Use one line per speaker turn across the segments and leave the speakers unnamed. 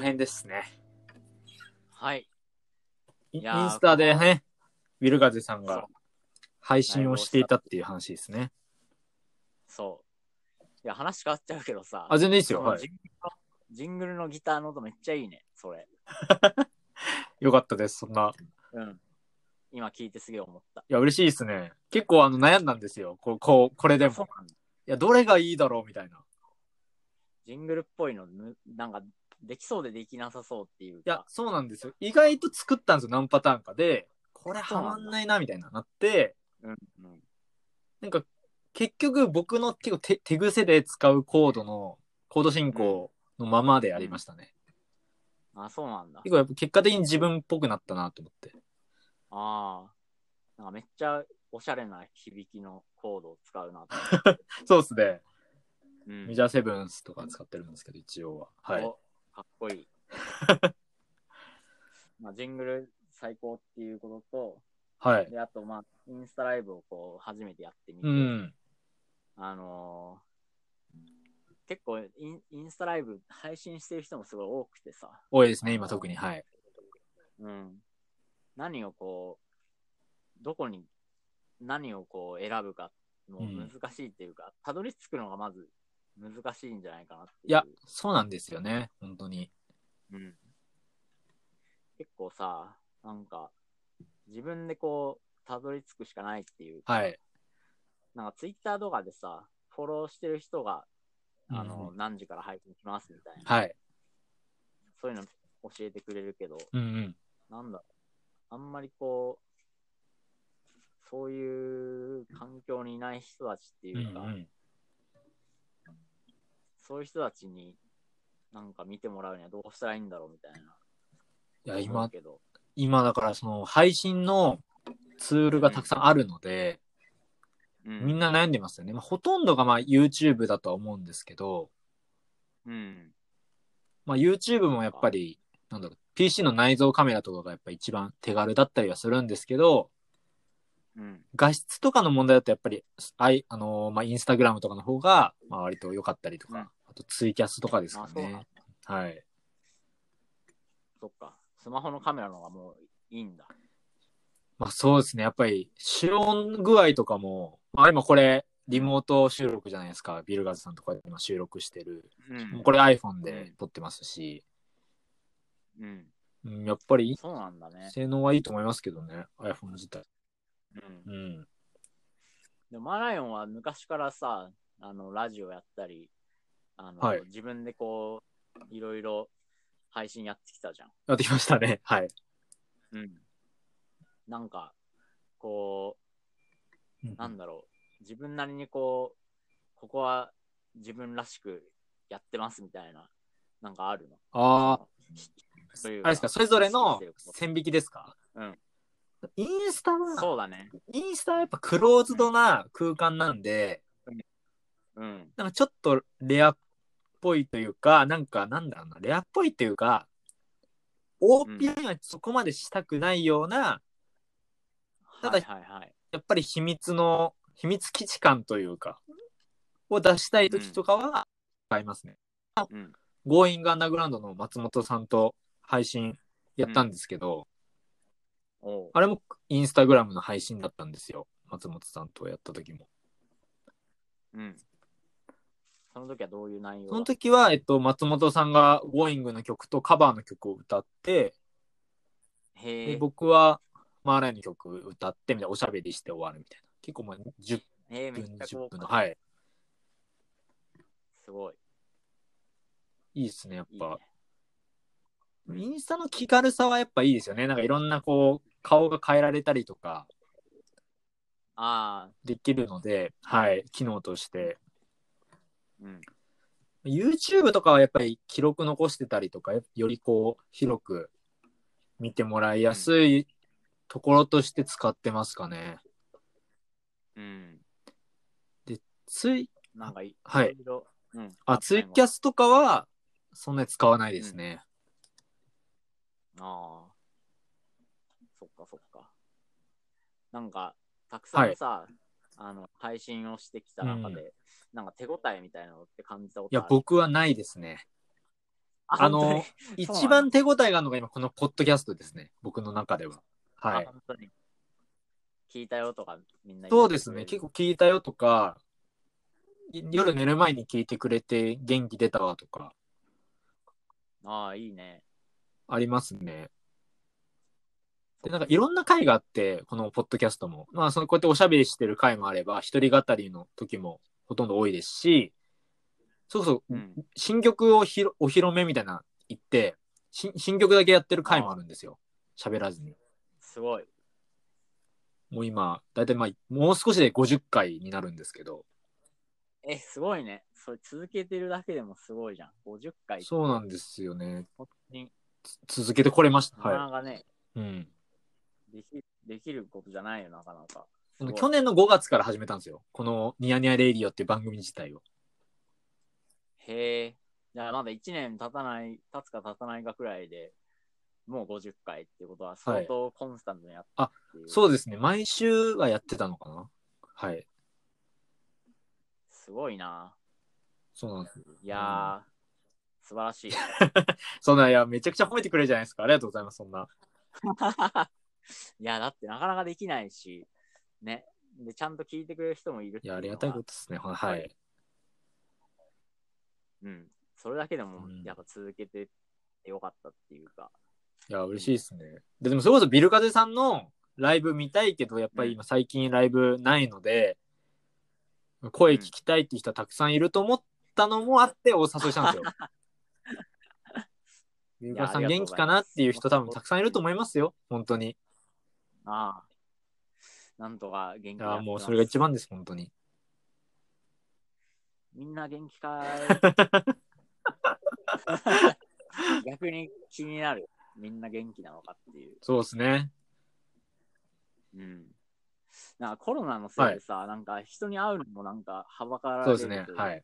編ですね。
はい。
イ
い
イ
やー
ンスタでね、ビルガゼさん
そう
が配信をしていたっていう話ですね。
そう。いや、話変わっちゃうけどさ。
あ、全然いいです
そ
よ。
の
は
ジ
い。
ングルのジングルのギターの音めっちゃいいね、それ。
よかったです。そんな。
うん。今聞いてすげえ思った。
いや、嬉しいですね。結構あの悩んだんですよ。こう、こう、これでも。
そうなんだ
いや、どれがいいだろうみたいな。い
ジングルっぽいの、ぬなんか、できそうでできなさそうっていうか。
や、そうなんですよ。意外と作ったんですよ。何パターンかで。これハマんないな、みたいななって。
うんうん。
なんか、結局僕の結構手手癖で使うコードの、コード進行のままでやりましたね。
あ、そうなんだ
結。構やっぱ結果的に自分っぽくなったなと思って。
ああ。なんかめっちゃおしゃれな響きのコードを使 うなと。
そうっすね。
うん
メジャーセブンスとか使ってるんですけど、一応は。はい。
おかっ こいい。まあ、ジングル最高っていうこと
はい
と、。で、あと、まあ、インスタライブをこう、初めてやってみて、
うん。
あのー結構イン、インスタライブ配信してる人もすごい多くてさ、
多いですね、今特に。はい。
うん。何をこう、どこに、何をこう選ぶか、もう難しいっていうか、たどり着くのがまず難しいんじゃないかなっていう。
いや、そうなんですよね。本当に。
うん、結構さ、なんか、自分でこう、たどり着くしかないっていう、
はい。
なんかツイッターとかでさ、フォローしてる人が、あの、
う
何時から配信しますみたいな、
はい。
そういうの教えてくれるけど、
うんうん。
なんだろう、あんまりこう、そういう環境にいない人たちって
うんう
いうか、
ん、
そういう人たちに、なんか見てもらうにはどうしたらいいんだろうみたいな。
いや、
思う
今、
けど、
今だからその配信のツールがたくさんあるので、
うん、
みん
な、
な悩んでますよね。まあ、ほとんどがまあ YouTube だとは思うんですけど、
うん、
まあ YouTube もやっぱり、なんだろう、PC の内蔵カメラとかがやっぱ一番手軽だったりはするんですけど、
うん、
画質とかの問題だとやっぱり、あい、あのーまあ、インスタグラムとかの方が、まあ、割と良かったりとか、
うん
あとツイキャスとかですか
あそうな
ね。はい。
そっか。スマホのカメラの方がもういいんだ。
まあ、そうですね。やっぱり、収音具合とかも、まあ、今これ、リモート収録じゃないですか。ビルガズさんとかで今収録してる。
うん。
これ iPhone で撮ってますし、
うん。
うん、やっぱり、
そうなんだね。
性能はいいと思いますけどね。iPhone 自体。
うん
う。ん。
でもマーライオンは昔からさ、あの、ラジオやったり、あの、
はい
自分でこう、いろいろ配信やってきたじゃん。
やってきましたね。はい。
うん。なんか、こう、なん
だ
だろう。自分なりにこう、ここは自分らしくやってますみたいな、なんかあるの。
ああ、
その。
あれですか、それぞれの
せ
線引きですか
うん。
インスタは、
そうだね。
インスタはやっぱクローズドな空間なんで、
うん。
なんかちょっとレアっぽいというか、なんかなんだろうな、レアっぽいというか、大っぴらにはそこまでしたくないような、ただ
はいはいはい。
やっぱり秘密の、秘密基地感というか、を出したい時とかは、買いますね。
うん。
Going Underground の松本さんと配信やったんですけど、
おう
あれもインスタグラムの配信だったんですよ。松本さんとやった時も。
うん。その時はどういう内容
その時は、えっと、松本さんが Going の曲とカバーの曲を歌って、
へ
で
え。
僕はマーライの曲歌ってみたいなおしゃべりして終わるみたいな。結構まあ10
へえ、めっ
分、
ちゃ豪
10分の。
華。
はい。
すごい。
いいですね、やっ
いいね
ぱ。インスタの気軽さはやっぱいいですよね。なんかいろんなこう、顔が変えられたりとか
ああ、
できるので、はい、機能として。
うん。
YouTube とかはやっぱり記録残してたりとか、よりこう、広く見てもらいやすいところとして使ってますかね。
うん。
ツイ
なんかい、
はい
いろいろ。うん。
あ、ツイキャ
ス。
スとかは、そんなに使わないですね。
ああ。そっかそっか。なんか、たくさんさ、あの、配信をしてきた中で、なんか手応えみたいなのって感じたこと
いや
あ、る
僕はないですね。あの、
そうなの
一番手応えがあるのが今このポッドキャストですね。僕の中では。
本当
は
に
い
あ。本当に聞いたよとか、みんな言ってくれる
そうですね。結構聞いたよとか、い夜寝る前に聞いてくれて元気出たわとか、
ああ、いいね。
ありますね。で、なんかいろんな回があって、このポッドキャストも。まあ、そのこうやっておしゃべりしてる回もあれば、一人語りの時もほとんど多いですし、そうそうう、
ん。
新曲をひろお披露目みたいな言って、新新曲だけやってる回もあるんですよ。喋らずに。
すごい。
もう今、だいたいまあ、もう少しで50回になるんですけど、
え、すごいね。それ続けてるだけでもすごいじゃん。50回。
そうなんですよね。
本当に、
つ続けてこれました。
なか
は
なかね、
い。うん。
できできることじゃないよ、なかなか。すごい
去年の5月から始めたんですよ。このニヤニヤレイディオっていう番組自体を。
へえ。じゃあまだ1年経たない、経つか経たないかくらいで、もう50回ってことは相当コンスタントにやったっていう。
そうですね。毎週はやってたのかなはい。
すごいな。
そうなんです。
いやー、素晴らしい。
そんな、いや、めちゃくちゃ褒めてくれるじゃないですか。ありがとうございます、そんな。
いや、だってなかなかできないし、ね。で、ちゃんと聞いてくれる人もいるって
いうや、
の
あ
は
りがたいことですね。は
はいい。うん。それだけでも
うん、
やっぱ続けててよかったっていうか。
いや、嬉しいですね。で、でもそれこそビルカゼさんのライブ見たいけど、やっぱり今最近ライブないので、声聞きたいっていう人はたくさんいると思ったのもあって、お誘いしたん ですよ。ビルカゼさん
いやあり
元
が
気かな
とうございます
っていう人多分たくさんいると思いますよ。本当に。
ああ。なんとか元気
い
にな
や、
ってます
もうそれが一番です、本当に。
みんな元気か い逆に気になる。みんな元気なのかっていう。
そうですね。
うん。なんかコロナのせいでさ、なんか人に会うのもなんかはばかられるとい
そ
うか、
うですねはい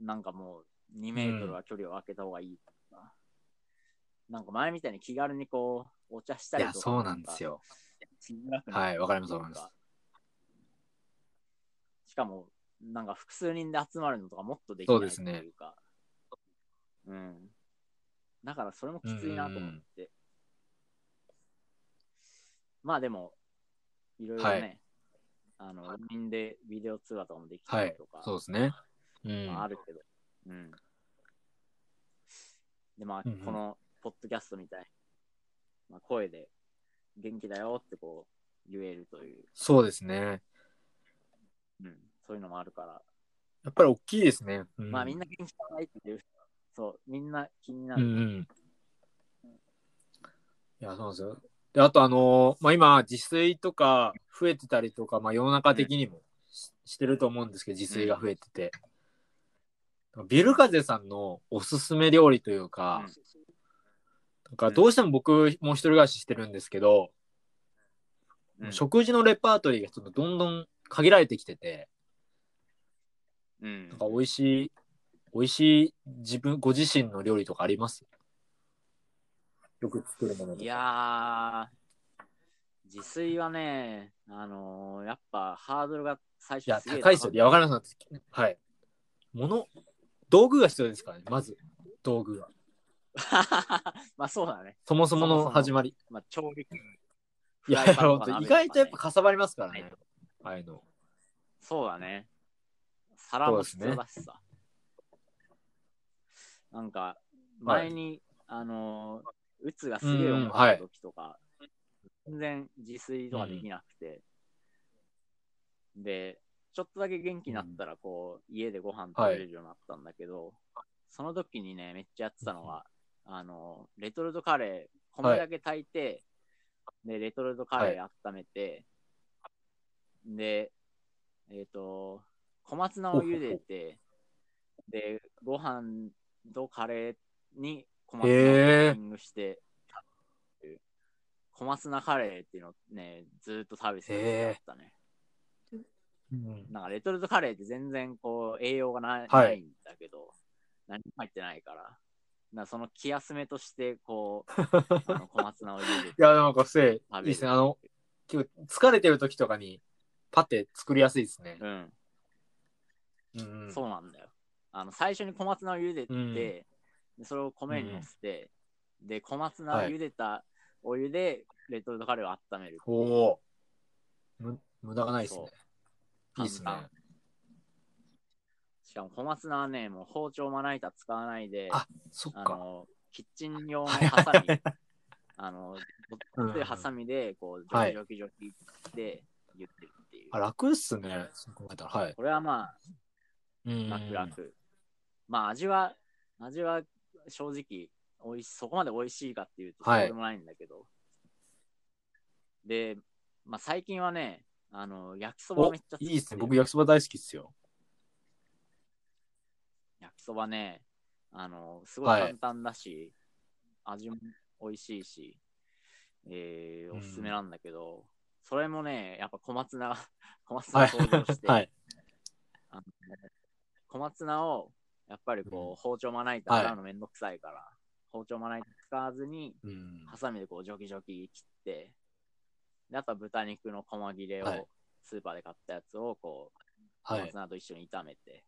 なんかもう2メートルは距離を空けた方がいいとか、なんか前みたいに気軽にこうお茶した
い
りと
や、
か。
そうなんです。よ。
しづらくなる
はい、わかります、わかります。
しかも、なんか複数人で集まるのとかもっとできな
そ
い
う
と
ですね
いうか。うん。だからそれもきついなと思って。まあでも、いろいろね、
はい
あの、4人でビデオ通話とかもできた
は
り
い
とか、、
そうですね。うん。
まあ、あるけど。うん。で、まあ、
うんうん
この、ポッドキャストみたいに、まあ、声で、元気だよってこう、言えるという、
そうですね。
うん、そういうのもあるから、
やっぱり大きいですね。うん、
まあみんな元気かないっていう、そう、みんな気にな
うん
る。
うん。いや、そうなんですよ。で、あと、あのーまあ、今、自炊とか増えてたりとか、まあ、世の中的にもし,、てると思うんですけど、自炊が増えてて。ビルカゼさんのおすすめ料理というか、なんかどうしても僕も一人暮らししてるんですけど、
うん
食事のレパートリーがちょっとどんどん限られてきてて、
うん
なんか美味しい、美味しい自分、ご自身の料理とかありますよく作るものとか。
いやー、自炊はね、あのーやっぱハードルが最初
いや、
げえ
高いですよ。いや、わかります。はい。もの、道具が必要ですからね、まず、道具が。
まあそうだね。
そもそも
そもそ
の
も
始まり。
まあ調理器
い
具
や、
フライパン
本
か
当
鍋
意外とやっぱ
かね
かさばりますからね
は。
ああいうの。
そうだね。皿も必要だしさ。なんか、前に、あのー、うつがすげえ重かった時とか、全然自炊とかできなくて、で、ちょっとだけ元気になったら、こう、家でご飯食べれるようになったんだけど、その時にね、めっちゃやってたのは、あのー、レトルトカレー、
は
米
い
だけ炊いて、で、レトルトカレー温めて、で、えっ、と、小松菜を茹でて、で、ご飯とカレーに小松菜をトッピングして、小松菜カレーっていうのをね、ずーっと食べてた時だったね。
うん
なんかレトルトカレーって全然こう栄養がない,、
はい
ないんだけど、何も入ってないから、なんかその気休めとして、こ う、あの小松菜を茹でて
いや、なんかすげえ、い
食べ
い
る
ですね。あの、結構疲れてる時とかに、パッて作りやすいですね。
うん、
うんうん。
そうなんだよ。あの最初に小松菜を茹でて、
うん
でそれを米にのせて、で小松菜を茹でたお湯でレトルトカレーを温めるって
お
いう
おー。む無駄がないですね。いい
そう
ですね
簡。単しかも小松菜はねもう包丁まな板使わないで
あそっ
あ
か。
のキッチン用のハサミ あの
うん
でハサミでこうジ
は
ョ
い
キジョキジョキって言ってるっていう、
あ、楽っすね。そう考えたら。はい。
これはまあ
うん。
楽々。まあ味は、味は正直美味し、そこまで美味しいかっていうと、そ
はいう
でもないんだけど。で、まあ最近はね、あの、焼きそば
お
めっちゃ作って
い
る
いですね。僕、焼きそば大好きっすよ。
焼きそばね、あの、すごい
はい
簡単だし、味も美味しいし、えー、おすすめなんだけど、それもね、やっぱ小松菜 が、小松菜
は
が
い
登場し。て、
はい。
あの小松菜をやっぱりこう包丁まな板洗うのめんどくさいから、包丁まな板使わずに
うん。
ハサミでこうジョキジョキ切ってであとは豚肉の細切れを
はい
スーパーで買ったやつをこう
は
小
い
松。菜と一緒に炒めて、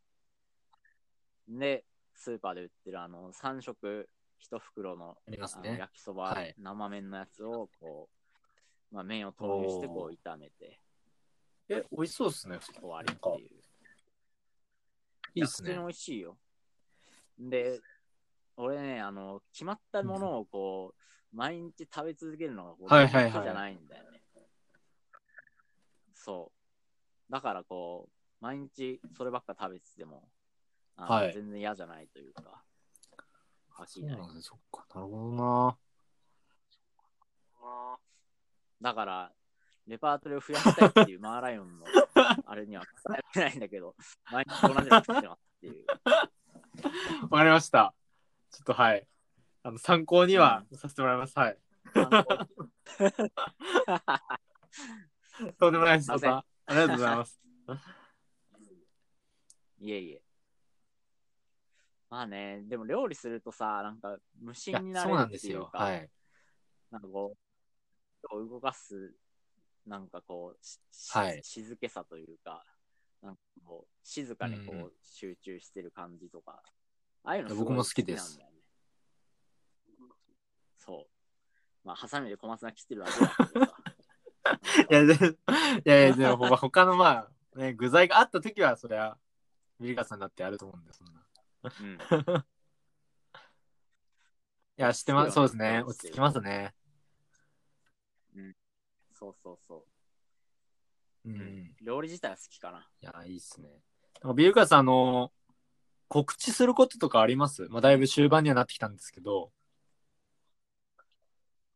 でスーパーで売ってるあの3色1袋の
あります
あの
ね。
焼きそば、
はい
生麺のやつをこう、まあ、麺を投入してこう炒めて
え、美味しそうっすね。
終わりっていう。
いいっす
普通
ね
に。美味しいよ。で、俺ね、あの、決まったものをこう、毎日食べ続けるのがこう
はいはいはい
好きじゃないんだよね。そう。だからこう、毎日そればっか食べてても、あの
はい
全然嫌じゃないというか、飽
そ
き
う
な
ないん。ですねそっか。なるほどな。
だから、レパートリーを増やしたいっていうマ ーライオンのあれには伝えられないんだけど、毎日同じの作ってますっ ていう。
わかりました。ちょっとはい。あの参考にはさせてもらいます。はい。
参考に
とんでもないです。
すいま
ま
せん
た。ありがとうございます。
いえいえ。まあね、でも料理するとさ、なんか無
い
心
や
にな
そう
れ
な
る
んで
って
す
いう
よ
か。、
はい。
なんかこう、手を動かす、なんかこう、しし
はい
静けさというか、なんかこう、静かにこう、
うん
集中してる感じとか、ああいうの
いや
ごい
僕も好きです
なんだよね。そう。まあ、ハサミで小松菜切ってるわけだけどさ。
いや、でいやいや、でもほ他のまあ、ね、具材があったときは、そりゃ、ミリカさんだってあると思うんで、そんな。い
うん
や、知ってます。そうですね。
そう
落
です
ち
よ
着きますね。
そうそうそうう。うんん。。料理自体は好きかな。
いや、いいっすね。なんかビルカさん、あの、告知することとかありますまあ、だいぶ終盤にはなってきたんですけど。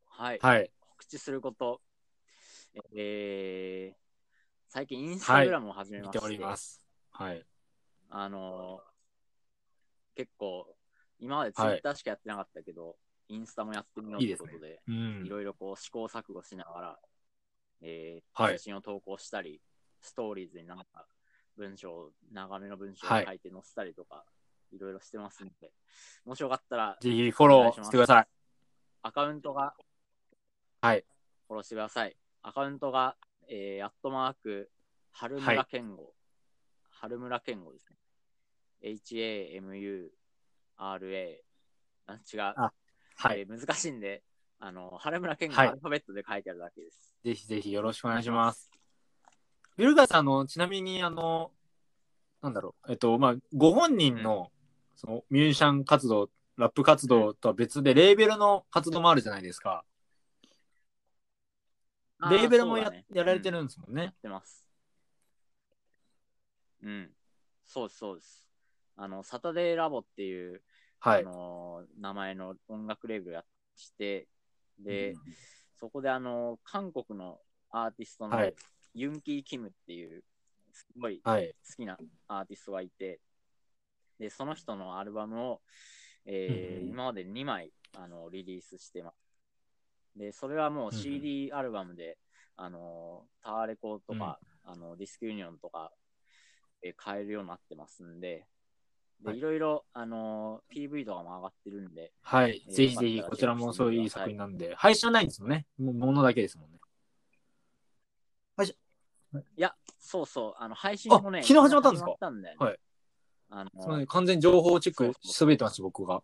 はい。
はい。
告知すること、えー最近インスタグラムを始め
見
まして
おります。はい。
あのー結構、今までツイッターしかやってなかったけど、インスタもやってみようということで、
う
い
ん。
ろいろこう試行錯誤しながら、えー
はい
写真を投稿したり、ストーリーズになんか文章を、長めの文章を書
はい
いて載せたりとか、い、ろいろしてますので、もしよかったら
ぜひフォローしてください。
アカウントが、
はい。
フォローしてください。アカウントが、えー、アットマーク、春村健吾。春村健吾ですね。H-A-M-U-R-A。あ、違う。
はい。
えー難しいんで、あの、春村健吾、
はい
アルファベットで書いてあるだけです。
ぜひぜひよろしくお願いします。ビルガさんあの、ちなみに、あの、なんだろう、えっと、まあ、ご本人の、その、ミュージシャン活動、ラップ活動とは別で、レーベルの活動もあるじゃないですか。
あ
レーベルも
そう
や,、
だね
やられて
うん
るんですもん
や
ね
っ。てます。うん。そうです、そうです。あの、サタデーラボっていう、
は
あ
い。
のー名前の音楽レーベルやってして、で、
うん
そこであの、韓国のアーティストの
はい
ユンキー・キムっていう、すごい好
はい。
きなアーティストがいて、で、その人のアルバムを、えー
うんうん
今まで2枚あのリリースしてます。で、それはもう CD アルバムで、あの、タワーレコとか、あのディスクユニオンとか、えー買えるようになってますんで、で、
はい
いろいろ、あの PV とかも上がってるんで、
はい。
えー
ぜひぜ
よ
ひ、
かったら
こちらもそういういい
チェッ
作
クして
品
み
なんで、配信はないんですもんね。もうものだけですもんね。
いや、そうそう、あの配信
あ
もね、
昨日始まったんですか
昨日始まったんだよね
はい
あ
その
の、
完全に情報チェッ
そ
ク
うそう
しそびれてます、僕が。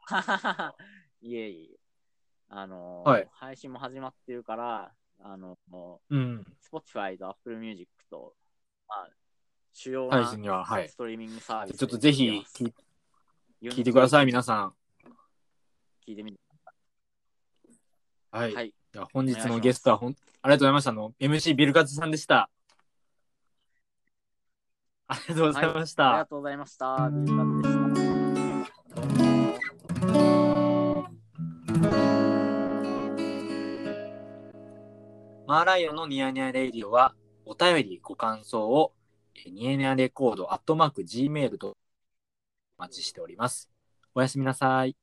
いえいえ、あの、
はい
配信も始まってるから、あの、も
うん。
う Spotify と Apple Music と、まあ、主要
配
な
信には、はい
ス。トリーミングサービス、
ちょっとぜひ聞い聞いてください、皆さ
聞いてみて。
ん。はい。
はい。
では本日のゲストはほん、ありがとうございました。あの、MC ビルカツさんでした。ありがとうございました。
ありがとうございました。ビルカンでした。
マーライオンのニヤニヤレイディオは、お便り、ご感想を、えーニヤニヤレコード、アットマーク、gmail とお待ちしております。おやすみなさい。